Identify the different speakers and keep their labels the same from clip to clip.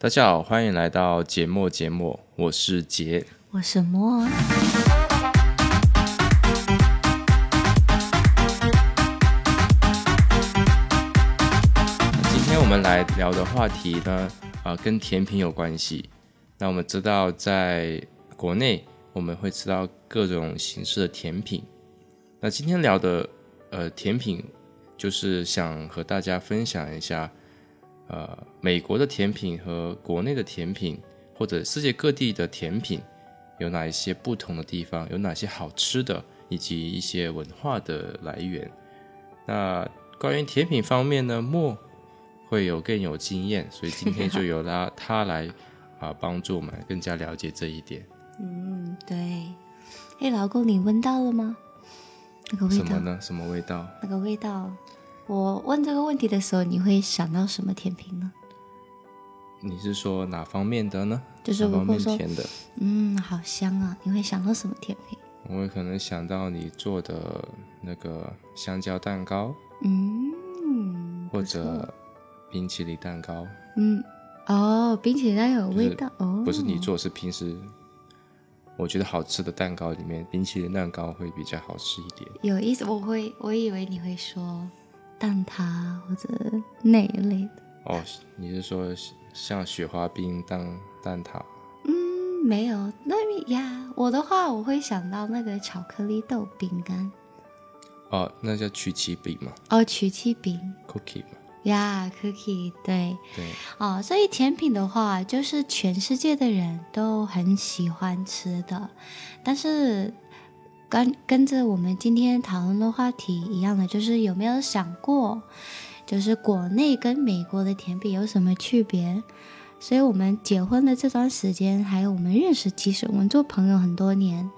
Speaker 1: 大家好，欢迎来到节目节目，我是杰。
Speaker 2: 我什么？啊
Speaker 1: 今天我们来聊的话题呢，啊、跟甜品有关系。那我们知道，在国内我们会吃到各种形式的甜品。那今天聊的呃甜品，就是想和大家分享一下，呃，美国的甜品和国内的甜品，或者世界各地的甜品有哪一些不同的地方，有哪些好吃的，以及一些文化的来源。那关于甜品方面呢，莫会有更有经验，所以今天就由他他来啊帮助我们更加了解这一点。
Speaker 2: 嗯，对。哎，老公，你闻到了吗？那个味
Speaker 1: 什么
Speaker 2: 道，
Speaker 1: 呢？什么味道？
Speaker 2: 那个味道。我问这个问题的时候，你会想到什么甜品呢？
Speaker 1: 你是说哪方面的呢？
Speaker 2: 就是
Speaker 1: 哪
Speaker 2: 我
Speaker 1: 方
Speaker 2: 会
Speaker 1: 面
Speaker 2: 说，
Speaker 1: 甜的？
Speaker 2: 嗯，好香啊！你会想到什么甜品？
Speaker 1: 我可能想到你做的那个香蕉蛋糕，
Speaker 2: 嗯，
Speaker 1: 或者冰淇淋蛋糕，
Speaker 2: 嗯，哦，冰淇淋它有味道哦，
Speaker 1: 不是你做，是平时我觉得好吃的蛋糕里面，冰淇淋蛋糕会比较好吃一点。
Speaker 2: 有意思。我会，我以为你会说蛋挞或者那一类的。
Speaker 1: 哦，你是说像雪花冰蛋蛋挞？
Speaker 2: 嗯，没有，那呀，我的话我会想到那个巧克力豆饼干，
Speaker 1: 哦，那叫曲奇饼嘛
Speaker 2: 哦，曲奇饼
Speaker 1: ，cookie 嘛。
Speaker 2: 呀，cookie，对，
Speaker 1: 对，
Speaker 2: 哦，所以甜品的话，就是全世界的人都很喜欢吃的，但是跟跟着我们今天讨论的话题一样的，就是有没有想过，就是国内跟美国的甜品有什么区别？所以我们结婚的这段时间，还有我们认识，其实我们做朋友很多年，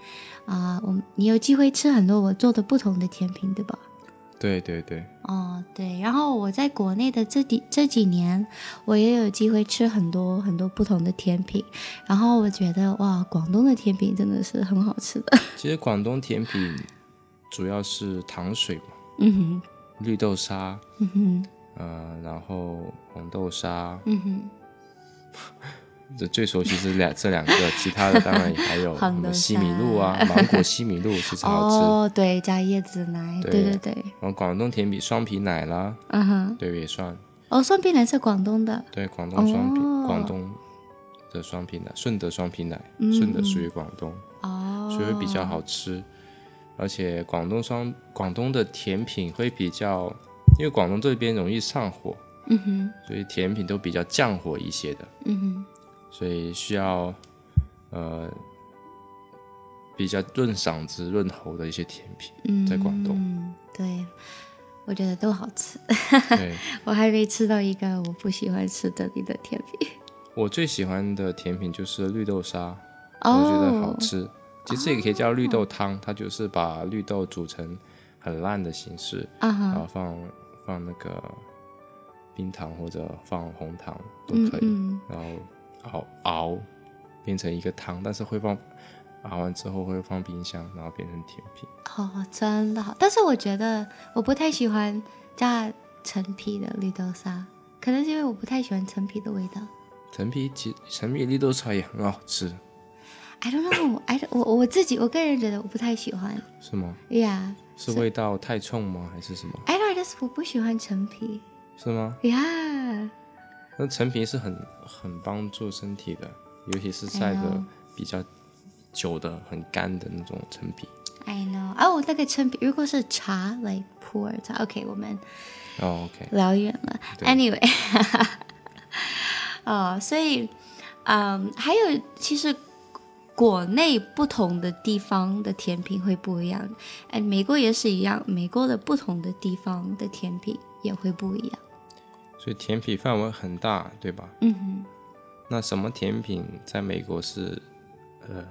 Speaker 2: 啊、我们你有机会吃很多我做的不同的甜品，对吧？
Speaker 1: 对对对，
Speaker 2: 哦，对，然后我在国内的这几这几年，我也有机会吃很多很多不同的甜品，然后我觉得哇，广东的甜品真的是很好吃的。
Speaker 1: 其实广东甜品主要是糖水嘛，
Speaker 2: 嗯哼，
Speaker 1: 绿豆沙，
Speaker 2: 嗯哼，
Speaker 1: 呃，然后红豆沙，
Speaker 2: 嗯
Speaker 1: 这最熟悉是两这两个，其他的当然也还有什
Speaker 2: 红
Speaker 1: 么
Speaker 2: 豆
Speaker 1: 西米露啊，芒果西米露是
Speaker 2: 哼，
Speaker 1: 超好吃。
Speaker 2: 哦，对，加椰子奶，对
Speaker 1: 对
Speaker 2: 对对，
Speaker 1: 然后广东甜品双皮奶啦，
Speaker 2: 嗯哼，
Speaker 1: 对也算，
Speaker 2: 哦，蒜冰奶是广东的，
Speaker 1: 对广东双皮，
Speaker 2: 哦
Speaker 1: 广东的双皮奶，顺德双皮奶，
Speaker 2: 嗯
Speaker 1: 顺德属于广东，
Speaker 2: 哦，
Speaker 1: 所以会比较好吃。而且广东双广东的甜品会比较，因为广东这边容易上火，
Speaker 2: 嗯哼，
Speaker 1: 所以甜品都比较降火一些的。
Speaker 2: 嗯哼，
Speaker 1: 所以需要呃比较润嗓子、润喉的一些甜品。
Speaker 2: 嗯，
Speaker 1: 在广东
Speaker 2: 嗯，对，我觉得都好吃，
Speaker 1: 对
Speaker 2: 我还没吃到一个我不喜欢吃的里的甜品。
Speaker 1: 我最喜欢的甜品就是绿豆沙，我觉得好
Speaker 2: 哦，
Speaker 1: 吃。其实也可以叫绿豆汤，它就是把绿豆煮成很烂的形式，
Speaker 2: 啊哈
Speaker 1: 然。后放放那个冰糖或者放红糖都
Speaker 2: 嗯
Speaker 1: 可以，
Speaker 2: 嗯
Speaker 1: 然后熬熬变成一个汤，但是会放熬完之后会放冰箱，然后变成甜品。
Speaker 2: 哦，真的好，但是我觉得我不太喜欢加陈皮的绿豆沙，可能是因为我不太喜欢陈皮的味道。
Speaker 1: 陈皮其陈皮绿豆沙也很好吃，
Speaker 2: I don't know，I don't- 我我自己我个人觉得我不太喜欢
Speaker 1: 是吗？
Speaker 2: ，Yeah，I
Speaker 1: 是味道太冲吗？还是什么？
Speaker 2: don't just 我不喜欢陈皮
Speaker 1: 是吗？
Speaker 2: ，Yeah，
Speaker 1: 那陈皮是很很帮助身体的，尤其是晒
Speaker 2: 哎
Speaker 1: 的
Speaker 2: 呦
Speaker 1: 比较久的、很干的那种陈皮。
Speaker 2: I know，啊，我那个陈皮如果是茶，like pour 茶，OK，我们
Speaker 1: 哦，OK，
Speaker 2: 聊远了。
Speaker 1: 对
Speaker 2: Anyway，哦，所以，嗯，还有其实国内不同的地方的甜品会不一样，哎，美国也是一样，美国的不同的地方的甜品也会不一样。
Speaker 1: 所以甜品范围很大，对吧？
Speaker 2: 嗯哼，
Speaker 1: 那什么甜品在美国是呃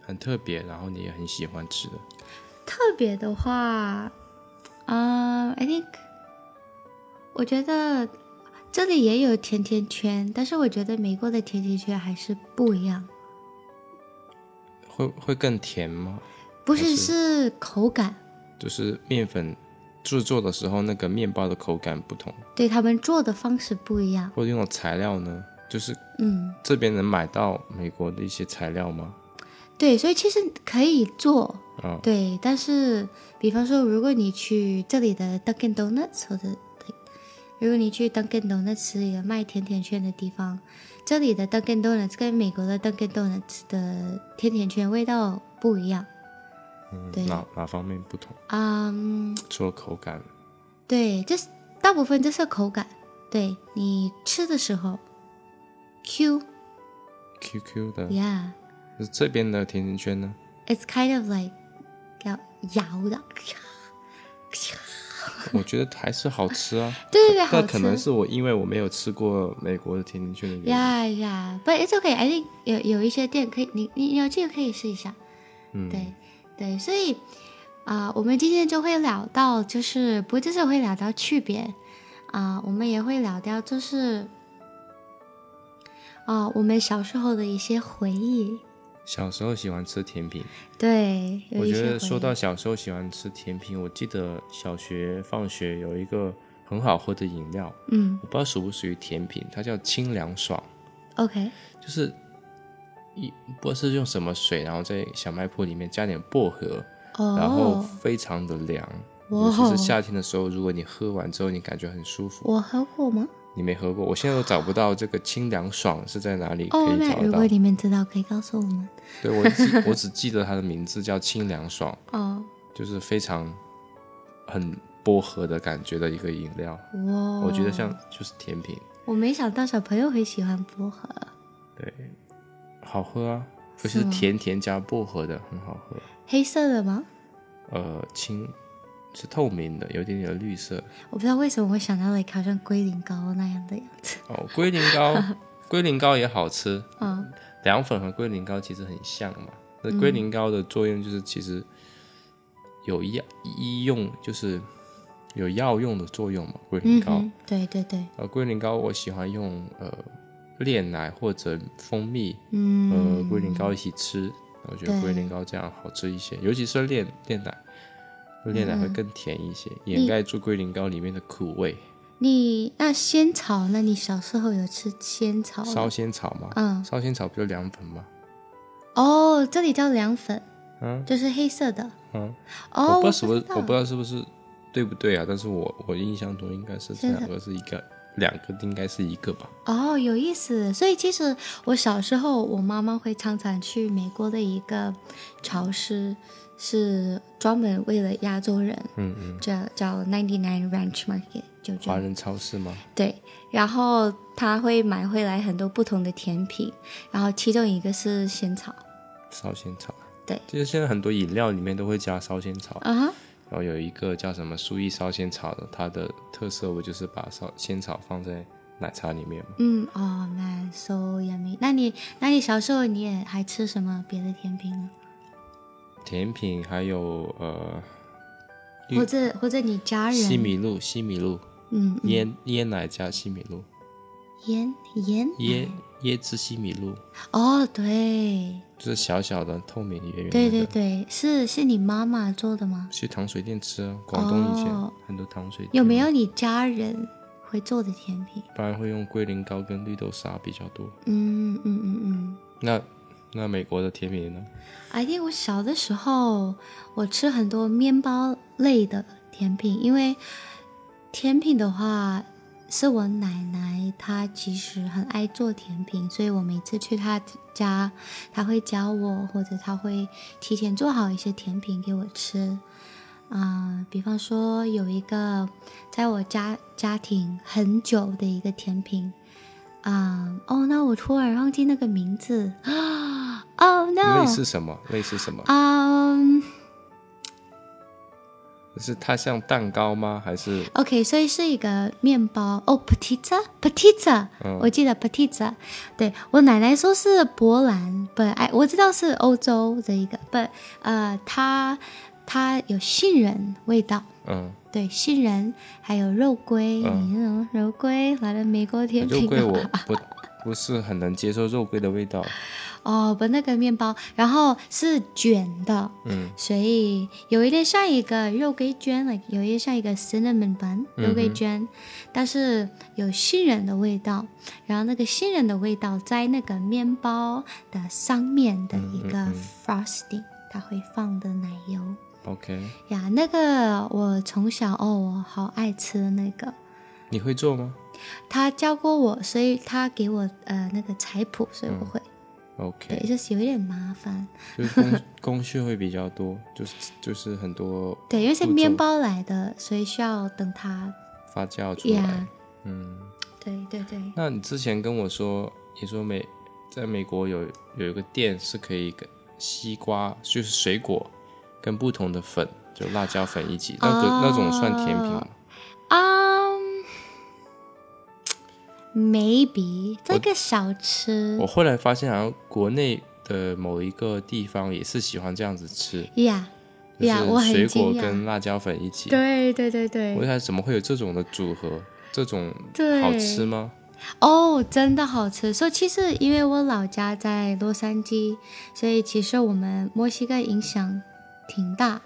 Speaker 1: 很特别，然后你也很喜欢吃的？
Speaker 2: 特别的话，嗯、i think，我觉得这里也有甜甜圈，但是我觉得美国的甜甜圈还是不一样，
Speaker 1: 会会更甜吗？
Speaker 2: 不
Speaker 1: 还
Speaker 2: 是是口感。
Speaker 1: 就是面粉制作的时候，那个面包的口感不同，
Speaker 2: 对他们做的方式不一样。
Speaker 1: 或者用的材料呢？就是
Speaker 2: 嗯。
Speaker 1: 这边能买到美国的一些材料吗？
Speaker 2: 对，所以其实可以做，
Speaker 1: 啊、
Speaker 2: 对，但是比方说，如果你去这里的 Dunkin' Donuts 或者，如果你去 Dunkin' Donuts 吃一个卖甜甜圈的地方，这里的 Dunkin' Donuts 跟美国的 Dunkin' Donuts 的甜甜圈味道不一样，
Speaker 1: 嗯
Speaker 2: 对
Speaker 1: 哪哪方面不同？
Speaker 2: 嗯，
Speaker 1: 除了口感，
Speaker 2: 对，这是大部分这是口感，对你吃的时候，Q，yeah，it's
Speaker 1: 嗯 QQ 的，那这边的甜甜圈呢？
Speaker 2: kind of like 要咬的，
Speaker 1: 我觉得还是好吃啊。
Speaker 2: 对对对，好
Speaker 1: 但
Speaker 2: 吃。
Speaker 1: 可能是我因为我没有吃过美国的甜甜圈的原因。
Speaker 2: 呀呀，But it's okay. I think 有有一些店可以，你你有这个可以试一下。
Speaker 1: 嗯，
Speaker 2: 对对，所以啊、我们今天就会聊到，就是不就是会聊到区别啊、我们也会聊到就是啊、我们小时候的一些回忆。
Speaker 1: 小时候喜欢吃甜品，
Speaker 2: 对，有
Speaker 1: 我
Speaker 2: 一
Speaker 1: 觉
Speaker 2: 些
Speaker 1: 得
Speaker 2: 回
Speaker 1: 说
Speaker 2: 忆
Speaker 1: 到小时候喜欢吃甜品，我记得小学放学有一个很好喝的饮料，
Speaker 2: 嗯
Speaker 1: 我不知道属不属于甜品，它叫清凉爽，
Speaker 2: ，OK，
Speaker 1: 就是一不知道是用什么水，然后在小卖铺里面加点薄荷，
Speaker 2: 哦，
Speaker 1: 然后非常的凉。
Speaker 2: 哇
Speaker 1: 尤其是夏天的时候，如果你喝完之后，你感觉很舒服。
Speaker 2: 我喝过吗？
Speaker 1: 你没喝过，我现在都找不到这个清凉爽是在哪里可
Speaker 2: 哦，
Speaker 1: 以
Speaker 2: 那
Speaker 1: 找
Speaker 2: 如
Speaker 1: 得到
Speaker 2: 果。你们知道，可以告诉我们。
Speaker 1: 对我只我只记得它的名字叫清凉爽，
Speaker 2: 哦，
Speaker 1: 就是非常很薄荷的感觉的一个饮料。
Speaker 2: 哇，
Speaker 1: 我觉得像就是甜品，
Speaker 2: 我没想到小朋友会喜欢薄荷。
Speaker 1: 对，好喝啊，尤
Speaker 2: 是
Speaker 1: 其是
Speaker 2: 吗
Speaker 1: 甜甜加薄荷的，很好喝。
Speaker 2: 黑色的吗？
Speaker 1: 呃，清是透明的，有一点点绿色。
Speaker 2: 我不知道为什么我想到了好像龟苓膏那样的样子。
Speaker 1: 哦，龟苓膏， 龟苓膏也好吃，
Speaker 2: 嗯，
Speaker 1: 凉粉和龟苓膏其实很像嘛。那龟苓膏的作用就是其实有医医用，就是有药用的作用嘛。龟
Speaker 2: 嗯
Speaker 1: 苓膏，
Speaker 2: 哼，对对对，
Speaker 1: 呃，龟苓膏我喜欢用呃炼奶或者蜂蜜和
Speaker 2: 嗯，
Speaker 1: 龟苓膏一起吃，我觉得龟苓膏这样好吃一些，尤其是炼炼奶，炼
Speaker 2: 嗯
Speaker 1: 奶会更甜一些，掩盖住龟苓膏里面的苦味。
Speaker 2: 你那仙草，那你小时候有吃仙草吗？
Speaker 1: 烧仙草嘛，
Speaker 2: 哦嗯，
Speaker 1: 烧仙草不就凉粉吗？
Speaker 2: 哦，这里叫凉粉，
Speaker 1: 嗯
Speaker 2: 就是黑色的。
Speaker 1: 嗯，
Speaker 2: 哦，
Speaker 1: 我不知道
Speaker 2: 我
Speaker 1: 是不是，我不知
Speaker 2: 道。
Speaker 1: 道是不是对不对啊，但是我我印象中应该是这
Speaker 2: 仙草
Speaker 1: 两个是一个，两个应该是一个吧。
Speaker 2: 哦，有意思。所以其实我小时候，我妈妈会常常去美国的一个潮湿，是专门为了亚洲人，
Speaker 1: 嗯嗯，
Speaker 2: 叫叫 Ninety Nine Ranch Market，就这
Speaker 1: 华
Speaker 2: 样。
Speaker 1: 人超市吗？
Speaker 2: 对，然后他会买回来很多不同的甜品，然后其中一个是仙草
Speaker 1: 烧仙草。
Speaker 2: 对，
Speaker 1: 就是现在很多饮料里面都会加烧仙草，
Speaker 2: 啊哈，
Speaker 1: 然后有一个叫什么苏意烧仙草的，它的特色我就是把烧仙草放在奶茶里面嘛。
Speaker 2: 嗯哦，那 so yummy。那你那你小时候你也还吃什么别的甜品呢？
Speaker 1: 甜品还有呃嗯
Speaker 2: 或者或者你家人
Speaker 1: 西米露，西米露
Speaker 2: 嗯嗯
Speaker 1: 椰椰奶加西米露，
Speaker 2: 盐盐
Speaker 1: 椰椰汁西米露，
Speaker 2: 哦对
Speaker 1: 就是小小的透明圆圆的。
Speaker 2: 对对。对是是你妈妈做的吗？
Speaker 1: 去糖水店吃啊，广东以前
Speaker 2: 哦
Speaker 1: 很多糖水店。
Speaker 2: 有没？有你家人会做的甜品？
Speaker 1: 一般会用龟苓膏跟绿豆沙比较多。
Speaker 2: 嗯嗯嗯嗯。
Speaker 1: 那那美国的甜品呢？
Speaker 2: I think 我小的时候，我吃很多面包类的甜品，因为甜品的话是我奶奶，她其实很爱做甜品，所以我每次去她家，她会教我，或者她会提前做好一些甜品给我吃。啊、比方说有一个在我家家庭很久的一个甜品，啊、哦，那我突然忘记那个名字 啊，Oh no！
Speaker 1: 类似什么？类似什么？
Speaker 2: 嗯、
Speaker 1: 是它像蛋糕吗？还是
Speaker 2: o k 所以是一个面包哦 p a t i z a p a t i z a
Speaker 1: 嗯
Speaker 2: 我记得 p a t i z a 对我奶奶说是波兰，不，哎，我知道是欧洲的一个，不，呃，它它有杏仁味道，
Speaker 1: 嗯，
Speaker 2: 对，杏仁还有肉桂，
Speaker 1: 嗯
Speaker 2: 你那种肉桂，来了美国甜
Speaker 1: 肉
Speaker 2: 品啊
Speaker 1: 桂
Speaker 2: 的
Speaker 1: 我
Speaker 2: 话，
Speaker 1: 不不是很能接受肉桂的味道。
Speaker 2: 哦，不，那个面包，然后是卷的，
Speaker 1: 嗯
Speaker 2: 所以有一点像一个肉桂卷了，有一点像一个 cinnamon bun
Speaker 1: 嗯哼
Speaker 2: 肉桂卷，但是有杏仁的味道，然后那个杏仁的味道在那个面包的上面的一个
Speaker 1: 嗯
Speaker 2: frosting，、它会放的奶油
Speaker 1: ，OK，
Speaker 2: 呀，那个我从小哦，我好爱吃那个，
Speaker 1: 你会做吗
Speaker 2: 他教过我，所以他给我呃那个菜谱，所以
Speaker 1: 嗯
Speaker 2: 我会，对，
Speaker 1: ？OK，
Speaker 2: 就是有一点麻烦。
Speaker 1: 就是工工序会比较多，就是就是很多
Speaker 2: 对，因为是
Speaker 1: 步骤
Speaker 2: 面包来的，所以需要等它。
Speaker 1: 发酵出来
Speaker 2: 呀。，
Speaker 1: 嗯，
Speaker 2: 对对对，
Speaker 1: 那你之前跟我说，你说美在美国有有一个店是可以跟西瓜就是水果跟不同的粉，就辣椒粉一起，那种、那种算甜品
Speaker 2: 哦
Speaker 1: 吗？
Speaker 2: 嗯、m a y b e 这个小吃
Speaker 1: 我后来发现好像国内的某一个地方也是喜欢这样子吃，
Speaker 2: 呀
Speaker 1: 就
Speaker 2: 呀我
Speaker 1: 是
Speaker 2: 很
Speaker 1: 水
Speaker 2: 惊
Speaker 1: 果
Speaker 2: 讶
Speaker 1: 跟辣椒粉一起。
Speaker 2: 对对对
Speaker 1: 我一
Speaker 2: 对，
Speaker 1: 开始怎么会有这种的组合？这种
Speaker 2: 对
Speaker 1: 好吃吗？
Speaker 2: 哦真的好吃。所以其实因为我老家在洛杉矶，所以其实我们墨西哥影响挺大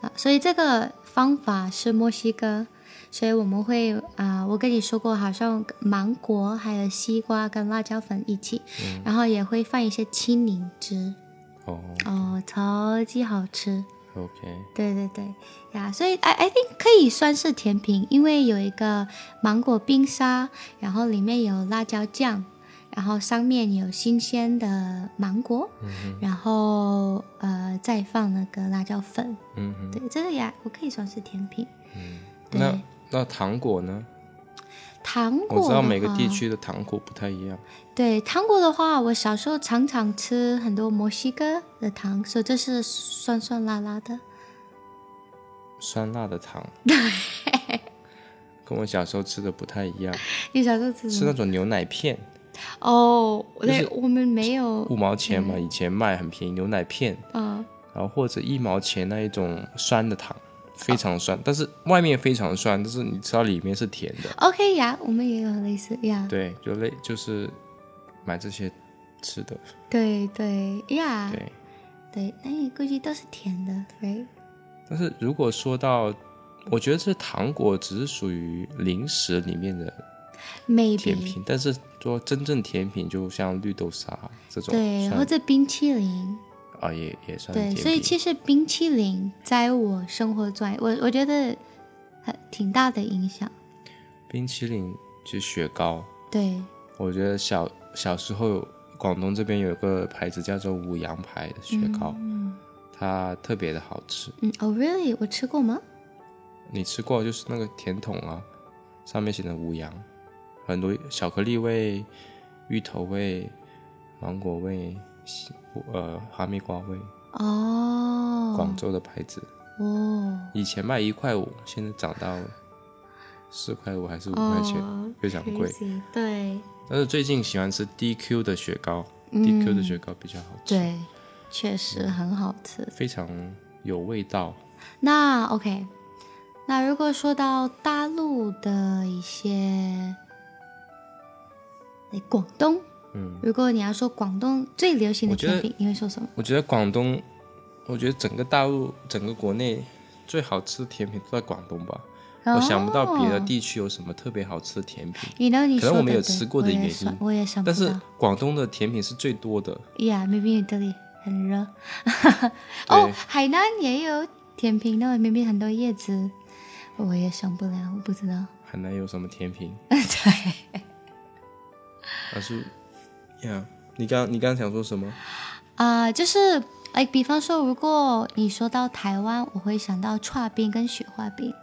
Speaker 2: 啊、所以这个方法是墨西哥，所以我们会啊、我跟你说过，好像芒果还有西瓜跟辣椒粉一起，然后也会放一些青柠汁，
Speaker 1: 哦
Speaker 2: 哦，超级好吃。
Speaker 1: ，OK，
Speaker 2: 对对对，呀、所以 I I think 可以算是甜品，因为有一个芒果冰沙，然后里面有辣椒酱，然后上面有新鲜的芒果，
Speaker 1: 嗯
Speaker 2: 然后呃再放那个辣椒粉，
Speaker 1: 嗯哼，
Speaker 2: 对，这个也我可以算是甜品。对
Speaker 1: 那那糖果呢？
Speaker 2: 糖果
Speaker 1: 我知道
Speaker 2: 的
Speaker 1: 每个地
Speaker 2: 话
Speaker 1: 区的糖果不太一样。
Speaker 2: 对糖果的话，我小时候常常吃很多墨西哥的糖，所以这是酸酸辣辣的。
Speaker 1: 酸辣的糖，跟我小时候吃的不太一样，
Speaker 2: 你小时候吃什
Speaker 1: 是
Speaker 2: 么？
Speaker 1: 那种牛奶片，
Speaker 2: 哦，对
Speaker 1: 就，
Speaker 2: 我们没有
Speaker 1: 五毛钱
Speaker 2: 嗯
Speaker 1: 嘛，以前卖很便宜，牛奶片，
Speaker 2: 啊、
Speaker 1: 然后或者一毛钱那一种酸的糖，
Speaker 2: 哦
Speaker 1: 非常酸，但是外面非常酸，但是你吃到里面是甜的，
Speaker 2: OK 呀，我们也有类似呀，
Speaker 1: 对，就类就是买这些吃的，
Speaker 2: 对对呀，
Speaker 1: 对。
Speaker 2: 对，那你估计都是甜的，right？
Speaker 1: 但是如果说到，我觉得这糖果只是属于零食里面的甜
Speaker 2: Maybe
Speaker 1: 品，但是说真正甜品，就像绿豆沙这种，
Speaker 2: 对，
Speaker 1: 算
Speaker 2: 或者冰淇淋，
Speaker 1: 啊，也也算
Speaker 2: 对，
Speaker 1: 甜
Speaker 2: 所以
Speaker 1: 品
Speaker 2: 其实冰淇淋在我生活中，我我觉得很挺大的影响，
Speaker 1: 冰淇淋就是雪糕，
Speaker 2: 对，
Speaker 1: 我觉得小小时候广东这边有一个牌子叫做五羊牌的雪糕，
Speaker 2: 嗯
Speaker 1: 它特别的好吃。
Speaker 2: 嗯，哦，really，我吃过吗？
Speaker 1: 你吃过就是那个甜筒啊，上面写的五羊，很多巧克力味、芋头味、芒果味、西呃哈密瓜味，广
Speaker 2: 哦，
Speaker 1: 州的牌子，
Speaker 2: 哦，
Speaker 1: 以前卖一块五，现在涨到四块五还是五块钱，
Speaker 2: 哦，
Speaker 1: 非常贵。
Speaker 2: crazy，对
Speaker 1: 但是最近喜欢吃 DQ 的雪糕、d
Speaker 2: 嗯
Speaker 1: q 的雪糕比较好吃，
Speaker 2: 对，确实很好吃，
Speaker 1: 非常有味道。
Speaker 2: 那 OK，那如果说到大陆的一些，诶广东，
Speaker 1: 嗯，
Speaker 2: 如果你要说广东最流行的
Speaker 1: 我觉得
Speaker 2: 甜品，你会说什么？
Speaker 1: 我觉得广东，我觉得整个大陆、整个国内最好吃的甜品都在广东吧。
Speaker 2: 哦
Speaker 1: 我想不到别的地区有什么特别好吃的甜品，
Speaker 2: 你呢？你
Speaker 1: 可
Speaker 2: 说
Speaker 1: 能
Speaker 2: 的
Speaker 1: 我没有
Speaker 2: 对
Speaker 1: 吃过的
Speaker 2: 我也
Speaker 1: 原因
Speaker 2: 想我也想不
Speaker 1: 但
Speaker 2: 到。
Speaker 1: 是广东的甜品是最多的。
Speaker 2: ，Yeah，maybe 你这里很热。
Speaker 1: 对
Speaker 2: 哦，海南也有甜品，那 maybe 很多叶子，我也想不了，我不知道。
Speaker 1: 海南有什么甜品？
Speaker 2: 对。
Speaker 1: 但是，呀，你刚你刚刚想说什么？
Speaker 2: 啊、就是哎，比方说，如果你说到台湾，我会想到串冰跟雪花冰。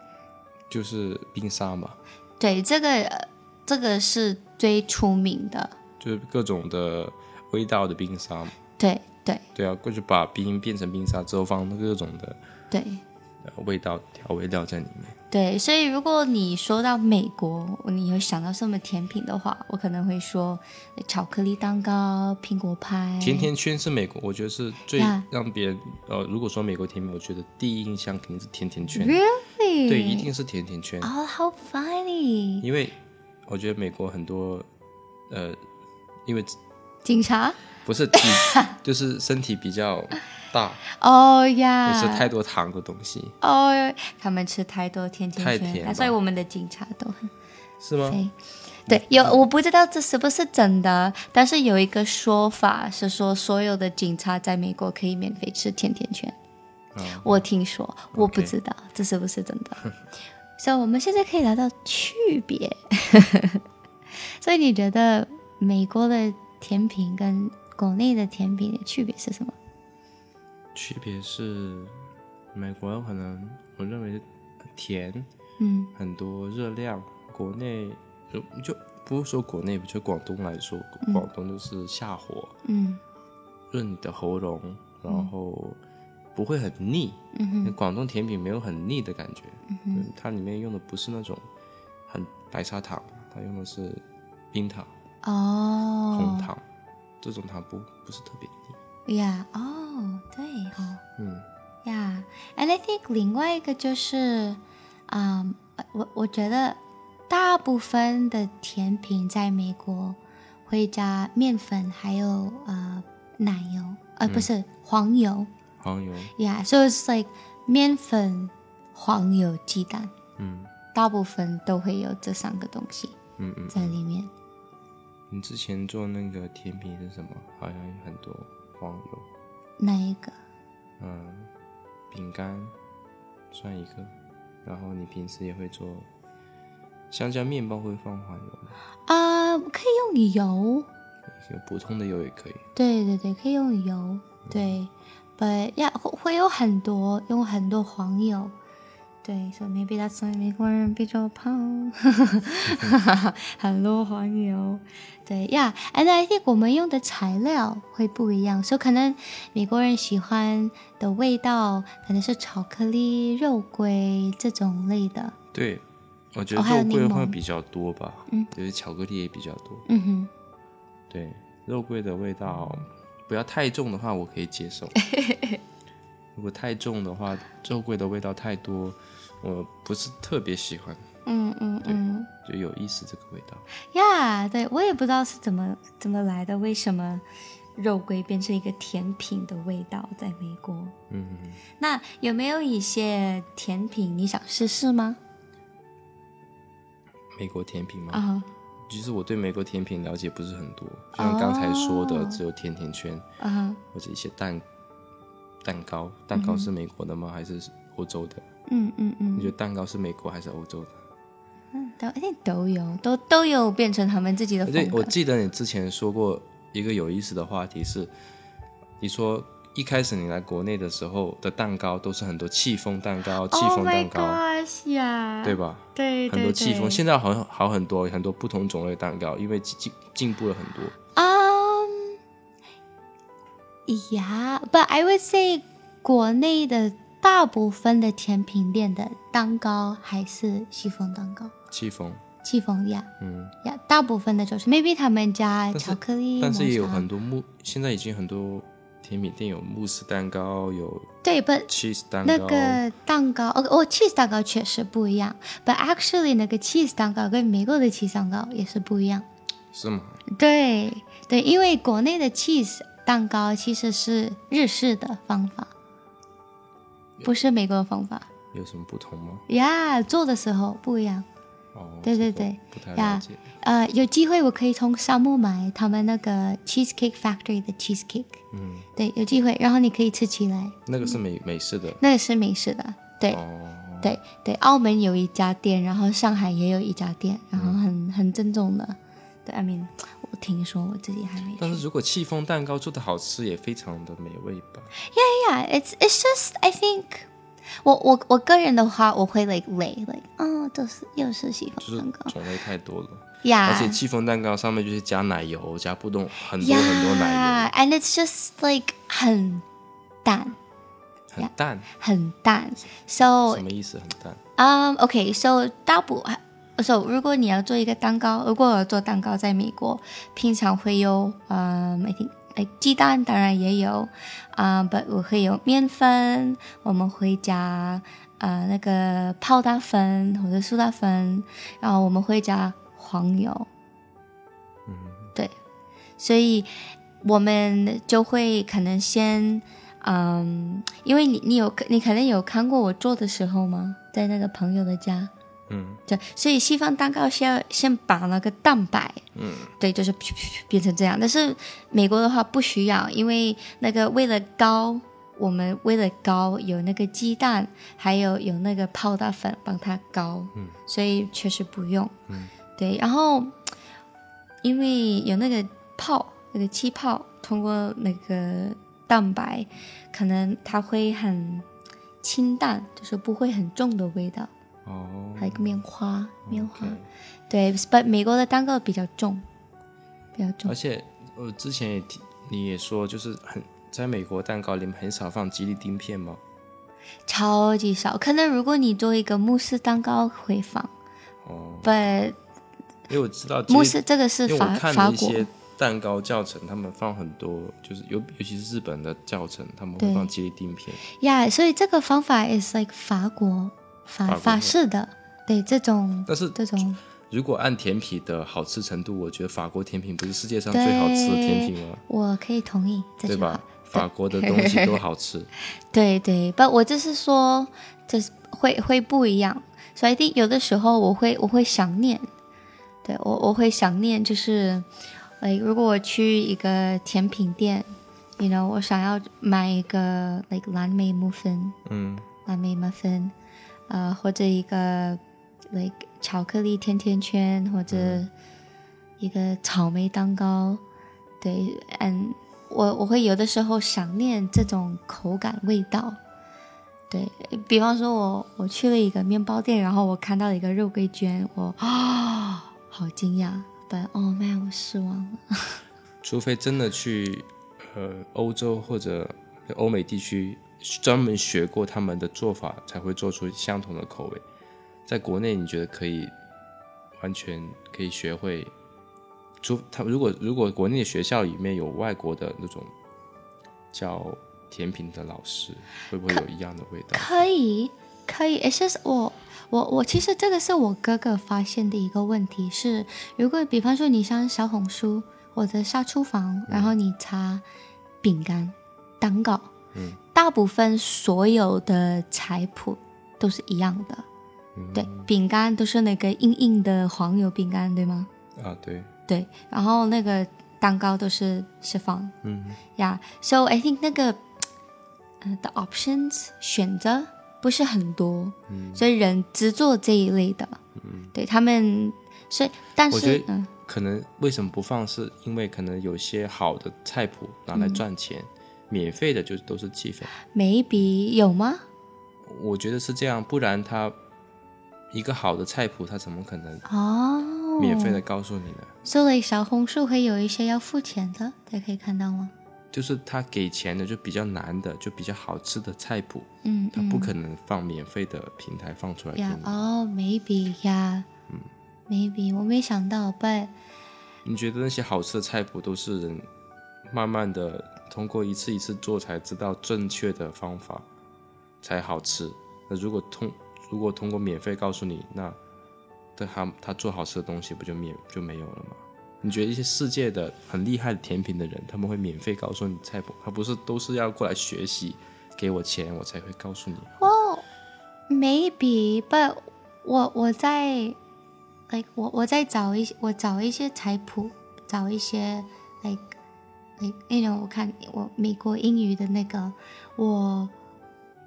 Speaker 1: 就是冰沙嘛，
Speaker 2: 对，这个、呃这个是最出名的。
Speaker 1: 就是各种的味道的冰沙嘛。
Speaker 2: 对对
Speaker 1: 对啊，过去把冰变成冰沙之后，放各种的
Speaker 2: 对
Speaker 1: 呃味道调味料在里面。
Speaker 2: 对，所以如果你说到美国，你有想到什么甜品的话，我可能会说呃巧克力蛋糕、苹果派。
Speaker 1: 甜甜圈是美国，我觉得是最
Speaker 2: 呀
Speaker 1: 让别人呃，如果说美国甜品，我觉得第一印象肯定是甜甜圈，
Speaker 2: Really？哦
Speaker 1: 对，一。定是甜甜圈，
Speaker 2: 哦、好 funny！
Speaker 1: 因为我觉得美国很多呃因为
Speaker 2: 警察？
Speaker 1: 不是 体，就是身体比较大，
Speaker 2: 哦
Speaker 1: 也
Speaker 2: 呀，
Speaker 1: 是太多糖的东西，
Speaker 2: 哦，他们吃太多甜甜
Speaker 1: 太
Speaker 2: 圈，
Speaker 1: 甜
Speaker 2: 啊
Speaker 1: 了
Speaker 2: 所以我们的警察都很
Speaker 1: 是吗？
Speaker 2: 对，对，有我不知道这是不是真的，但是有一个说法是说，所有的警察在美国可以免费吃甜甜圈。
Speaker 1: 啊，
Speaker 2: 我听说，我不知道这是不是真的。所以我们现在可以聊到区别。 所以你觉得美国的甜品跟国内的甜品的区别是什么？
Speaker 1: 区别是美国可能我认为甜
Speaker 2: 嗯
Speaker 1: 很多热量，国内就就不是说国内，就广东来说，广东就是下火
Speaker 2: 嗯
Speaker 1: 润你的喉咙，然后不会很腻。
Speaker 2: 嗯哼
Speaker 1: 广东甜品没有很腻的感觉，嗯，它里面用的不是那种很白砂糖，它用的是冰糖、红
Speaker 2: 哦
Speaker 1: 糖，这种糖不不是特别腻。
Speaker 2: 呀哦对哦。
Speaker 1: 嗯，
Speaker 2: Yeah, and I think 另外一个就是，嗯、我我觉得大部分的甜品在美国会加面粉，还有呃奶油，呃
Speaker 1: 嗯
Speaker 2: 不是、黄油
Speaker 1: 黄油，
Speaker 2: ，Yeah, so it's like 面粉、黄油、鸡蛋，
Speaker 1: 嗯
Speaker 2: 大部分都会有这三个东西
Speaker 1: 嗯嗯。
Speaker 2: 在里面。
Speaker 1: 你之前做那个甜品是什么？好像有很多黄油，
Speaker 2: 哪一个？
Speaker 1: 嗯，饼干算一个，然后你平时也会做香蕉面包会放黄油吗？
Speaker 2: 啊、可以用油。
Speaker 1: 有普通的油也可以。
Speaker 2: 对对对，可以用油，对，but yeah，会会有很多用很多黄油，对，所、以 maybe that's why 美国人比较胖， 很多黄油，对，yeah，and 哎 I think 我们用的材料会不一样，所、以可能美国人喜欢的味道可能是巧克力、肉桂这种类的，
Speaker 1: 对，我觉得
Speaker 2: 哦还有
Speaker 1: 肉桂
Speaker 2: 柠
Speaker 1: 会
Speaker 2: 檬
Speaker 1: 比较多吧，
Speaker 2: 嗯，
Speaker 1: 就是巧克力也比较多。
Speaker 2: 嗯哼，
Speaker 1: 对，肉桂的味道不要太重的话，我可以接 受。如果太重的话，肉桂的味道太多，我不是特别喜欢，
Speaker 2: 嗯嗯嗯
Speaker 1: 就有意思这个味道。
Speaker 2: 呀对我也不知道是怎么怎么来的，为什么肉桂变成一个甜品的味道在美国？
Speaker 1: 嗯，
Speaker 2: 那有没有一些甜品你想试试吗？
Speaker 1: 美国甜品嘛，
Speaker 2: 啊
Speaker 1: 其实我对美国甜品了解不是很多，就像刚才说的，
Speaker 2: 哦
Speaker 1: 只有甜甜圈
Speaker 2: 啊
Speaker 1: 或者一些蛋蛋糕。蛋糕是美国的吗？还是欧洲的？
Speaker 2: 嗯嗯
Speaker 1: 你
Speaker 2: 嗯，
Speaker 1: 觉得蛋糕是美国还是欧洲的？
Speaker 2: 嗯都哎都有，都都有变成他们自己的
Speaker 1: 我记
Speaker 2: 风
Speaker 1: 我
Speaker 2: 格。
Speaker 1: 记得你之前说过一个有意思的话题是，你说一开始你来国内的时候的蛋糕都是很多戚风蛋糕、戚
Speaker 2: Oh
Speaker 1: 风
Speaker 2: my
Speaker 1: 蛋糕，
Speaker 2: gosh 呀、
Speaker 1: 对吧？
Speaker 2: 对对对，
Speaker 1: 很多戚风，现在好像好很多，很多不同种类的蛋糕，因为进进进步了很多。
Speaker 2: Um, yeah, but I would say 国内的大部分的甜品店的蛋糕还是戚风蛋糕，
Speaker 1: 戚风，
Speaker 2: 戚风呀
Speaker 1: 嗯，
Speaker 2: 呀，大部分的就是 maybe 他们加
Speaker 1: 但是
Speaker 2: 巧克力，
Speaker 1: 但是也有
Speaker 2: 抹茶
Speaker 1: 很多慕，现在已经很多甜品店有慕斯蛋糕，有
Speaker 2: 对，but
Speaker 1: cheese 蛋糕，
Speaker 2: 那个蛋糕，哦哦，cheese 蛋糕确实不一样，but actually 那个 cheese 蛋糕跟美国的 cheese 蛋糕也是不一样。
Speaker 1: 是吗？
Speaker 2: 对对，因为国内的 cheese 蛋糕其实是日式的方法，不是美国的方法
Speaker 1: 有什么不同吗？
Speaker 2: 呀。做的时候不一样。
Speaker 1: 哦，
Speaker 2: 对
Speaker 1: 这
Speaker 2: 对
Speaker 1: 个
Speaker 2: 对
Speaker 1: 不太
Speaker 2: 呀
Speaker 1: 了解。
Speaker 2: 呃，有机会我可以从沙漠买他们那个 cheesecake factory 的 cheesecake。
Speaker 1: 嗯，
Speaker 2: 对，有机会，然后你可以吃起来，
Speaker 1: 那个是美美式的
Speaker 2: 那个是美式的。对、
Speaker 1: 哦。
Speaker 2: 对对，澳门有一家店，然后上海也有一家店，然后很、很正宗的。对，I mean，我听说我自己还没去。
Speaker 1: 但是如果戚风蛋糕做的好吃，也非常的美味吧？
Speaker 2: Yeah, it's it's just I think 我我我个人的话，我会 like 累 like 哦，都是又是西
Speaker 1: 就是
Speaker 2: 方蛋糕啊
Speaker 1: 种类太多了，而且
Speaker 2: 呀
Speaker 1: 戚风蛋糕上面就是加奶油，加不动很多很多奶
Speaker 2: 呀，and it's just like 很淡
Speaker 1: 油，很淡，
Speaker 2: 很淡，so
Speaker 1: 什么意思？很淡。
Speaker 2: 嗯、o k s o 大部，so 如果你要做一个蛋糕，如果我做蛋糕，在美国平常会有，嗯、i think。哎，鸡蛋当然也有，啊、不，我会有面粉，我们会加呃那个泡打粉或者苏打粉，然后我们会加黄油，
Speaker 1: 嗯，
Speaker 2: 对，所以我们就会可能先，嗯，因为你你有你可能有看过我做的时候吗？在那个朋友的家，
Speaker 1: 嗯
Speaker 2: 对，所以西方蛋糕是要先绑了个蛋白，
Speaker 1: 嗯，
Speaker 2: 对，就是噗噗噗变成这样。但是美国的话不需要，因为那个为了高，我们为了高有那个鸡蛋，还有有那个泡打粉帮它高，
Speaker 1: 嗯，
Speaker 2: 所以确实不用，
Speaker 1: 嗯，
Speaker 2: 对。然后因为有那个泡，那个气泡通过那个蛋白，可能它会很清淡，就是不会很重的味道，
Speaker 1: 哦，
Speaker 2: 还有一个棉花，棉花
Speaker 1: OK
Speaker 2: 对，but 美国的蛋糕比较重，比较重
Speaker 1: 而。且我之前也提，你也说，就是很在美国蛋糕里面很少放吉利丁片吗？
Speaker 2: 超级少。可能如果你做一个慕斯蛋糕会放，
Speaker 1: 哦，
Speaker 2: 不，
Speaker 1: 因为我知道吉利
Speaker 2: 慕斯这个是
Speaker 1: 因为
Speaker 2: 法
Speaker 1: 我看
Speaker 2: 法
Speaker 1: 了一
Speaker 2: 国，
Speaker 1: 些蛋糕教程，他们放很多，就是尤尤其是日本的教程，他们会
Speaker 2: 对
Speaker 1: 放吉利丁片。
Speaker 2: 呀所以这个方法 is like 法国
Speaker 1: 法
Speaker 2: 法
Speaker 1: 国
Speaker 2: 法
Speaker 1: 的
Speaker 2: 式的，对这种
Speaker 1: 但是
Speaker 2: 这种
Speaker 1: 如果按甜品的好吃程度，我觉得法国甜品不是世界上最好吃的甜品吗？
Speaker 2: 我可以同意这
Speaker 1: 对
Speaker 2: 句话
Speaker 1: 吧。？法国的东西都好 吃。
Speaker 2: 对对，不，我就是说，就是会会不一样，所以一定有的时候我会我会想念，对我我会想念，就是，呃，如果我去一个甜品店，you know，我想要买一个 like 蓝莓木芬，
Speaker 1: 嗯
Speaker 2: 蓝莓麦芬，呃，或者一个 like 巧克力甜甜圈，或者一个草莓蛋糕，对，and 我我会有的时候想念这种口感味道。对比方说我，我去了一个面包店，然后我看到一个肉桂卷，我 啊、好惊讶，但哦妈呀，我失望了。
Speaker 1: 除非真的去呃欧洲或者呃欧美地区专门学过他们的做法，才会做出相同的口味。在国内，你觉得可以完全可以学会？除他如果如果国内的学校里面有外国的那种教甜品的老师，会不会有一样的味道？
Speaker 2: 可以，可以。It's just 我，我，我其实这个是我哥哥发现的一个问题是，如果比方说你上小红书或者下厨房，然后你查饼干、蛋糕，
Speaker 1: 嗯，
Speaker 2: 大部分所有的菜谱都是一样的。
Speaker 1: 嗯
Speaker 2: 对，饼干都是那个硬硬的黄油饼干，对吗？
Speaker 1: 啊，对，
Speaker 2: 对，然后那个蛋糕都是是放
Speaker 1: 嗯
Speaker 2: Yeah, so I think 那个呃 the options 选择不是很多，
Speaker 1: 嗯，
Speaker 2: 所以人只做这一类的，嗯，对他们，所以但
Speaker 1: 我觉
Speaker 2: 是
Speaker 1: 得
Speaker 2: 嗯
Speaker 1: 可能为什么不放，是因为可能有些好的菜谱拿来赚钱，免费的就都是计费。
Speaker 2: ，maybe 有吗？
Speaker 1: 我觉得是这样，不然他一个好的菜谱，他怎么可能
Speaker 2: 哦，
Speaker 1: 免费的告诉你呢？
Speaker 2: 所以小红书会有一些要付钱的，大家可以看到吗？
Speaker 1: 就是他给钱的就比较难的，就比较好吃的菜谱，
Speaker 2: 嗯，
Speaker 1: 他不可能放免费的平台放出来给
Speaker 2: 呀，
Speaker 1: 你。
Speaker 2: 哦，maybe 呀，maybe
Speaker 1: 嗯
Speaker 2: 我没想到，but
Speaker 1: 你觉得那些好吃的菜谱都是人慢慢的通过一次一次做才知道正确的方法才好吃？那如果通如果通过免费告诉你，那对他他做好吃的东西不就免就没有了吗？你觉得一些世界的很厉害的甜品的人，他们会免费告诉你菜谱，他不是都是要过来学习，给我钱我才会告诉你？
Speaker 2: maybe but 我我在 like 我我在找一些我找一些菜谱，找一些 like like you know 我看我美国英语的那个我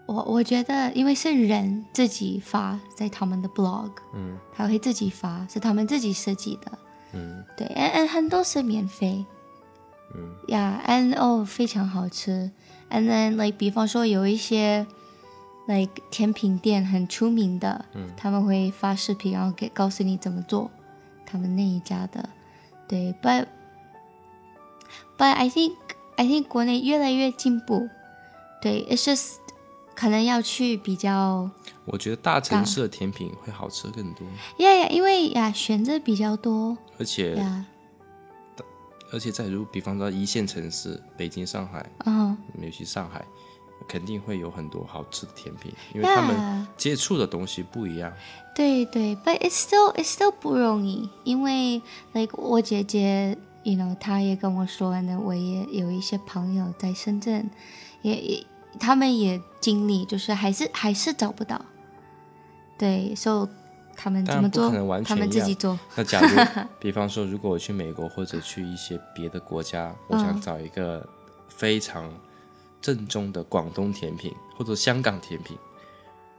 Speaker 2: 我我觉得因为是人自己发在他们的 blog，
Speaker 1: 嗯
Speaker 2: 他会自己发，是他们自己设计的，
Speaker 1: 嗯
Speaker 2: 对，and and 很多是免费，
Speaker 1: 嗯
Speaker 2: ，yeah，and 哦非常好吃，and then like 比方说有一些 like 甜品店很出名的，
Speaker 1: 嗯
Speaker 2: 他们会发视频，然后给告诉你怎么做，他们那一家的，对，but but I think I think 国内越来越进步，对，it's just 可能要去比较。
Speaker 1: 我觉得大城市的甜品会好吃更多，
Speaker 2: 呀呀，因为呀选择比较多
Speaker 1: 而且
Speaker 2: 呀，
Speaker 1: 而且在如比方说一线城市，北京、上海，
Speaker 2: 嗯，
Speaker 1: 尤其上海，肯定会有很多好吃的甜品，因为他们
Speaker 2: 呀，
Speaker 1: 接触的东西不一样。
Speaker 2: 对对，but it's still it's still 不容易，因为 like 我姐姐 you know，他也跟我说呢，我也有一些朋友在深圳，也也他们也经历，就是还是还是找不到，对，所、so, 以他们
Speaker 1: 当
Speaker 2: 怎
Speaker 1: 然
Speaker 2: 么
Speaker 1: 不
Speaker 2: 做
Speaker 1: 可能完？全
Speaker 2: 他们
Speaker 1: 一
Speaker 2: 自己
Speaker 1: 样
Speaker 2: 做，
Speaker 1: 那假如比方说，如果我去美国或者去一些别的国家，我想
Speaker 2: 嗯
Speaker 1: 找一个非常正宗的广东甜品或者香港甜品，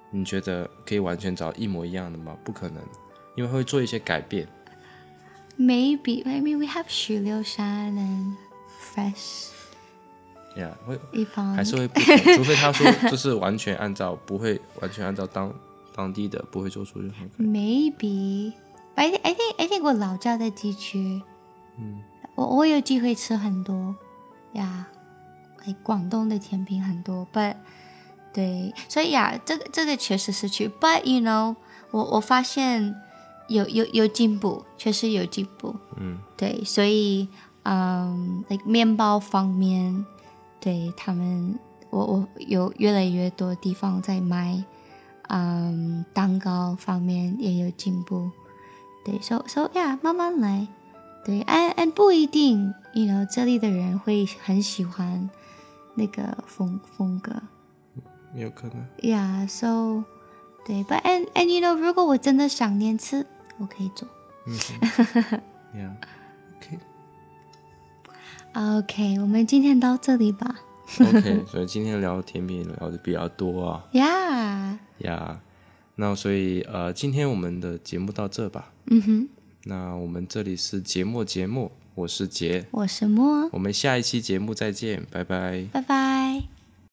Speaker 1: 你觉得可以完全找一模一样的吗？不可能，因为会做一些改变。
Speaker 2: Maybe, maybe we have 许留山 and fresh
Speaker 1: 呀、会
Speaker 2: 一方
Speaker 1: 还是会不同，除非他说就是完全按照不会完全按照当当地的，不会做出任何改变。
Speaker 2: maybe. But I, thi- I think I think 我老家的地区，嗯，我我有机会吃很多呀，哎，广东的甜品很多，but 对，所以呀，这个这个确实是去，but you know，我我发现有有有进步，确实有进步，
Speaker 1: 嗯，
Speaker 2: 对，所以嗯，like 面包方面，对他们，我我有越来越多地方在卖，嗯，蛋糕方面也有进步，对，so so yeah，慢慢来，对，and and 不一定，you know，这里的人会很喜欢那个风风格
Speaker 1: 有可能。
Speaker 2: ，yeah，so 对，but and and you know，如果我真的想念吃，我可以做。
Speaker 1: 呀、o
Speaker 2: OK，我们今天到这里吧。
Speaker 1: k OK，所以今天聊甜品聊的比较多啊。
Speaker 2: Yeah，
Speaker 1: 呀那所以呃，今天我们的节目到这吧。
Speaker 2: 嗯哼，
Speaker 1: 那我们这里是节目节目，我是杰，
Speaker 2: 我是莫，
Speaker 1: 我们下一期节目再见，拜拜。
Speaker 2: 拜拜。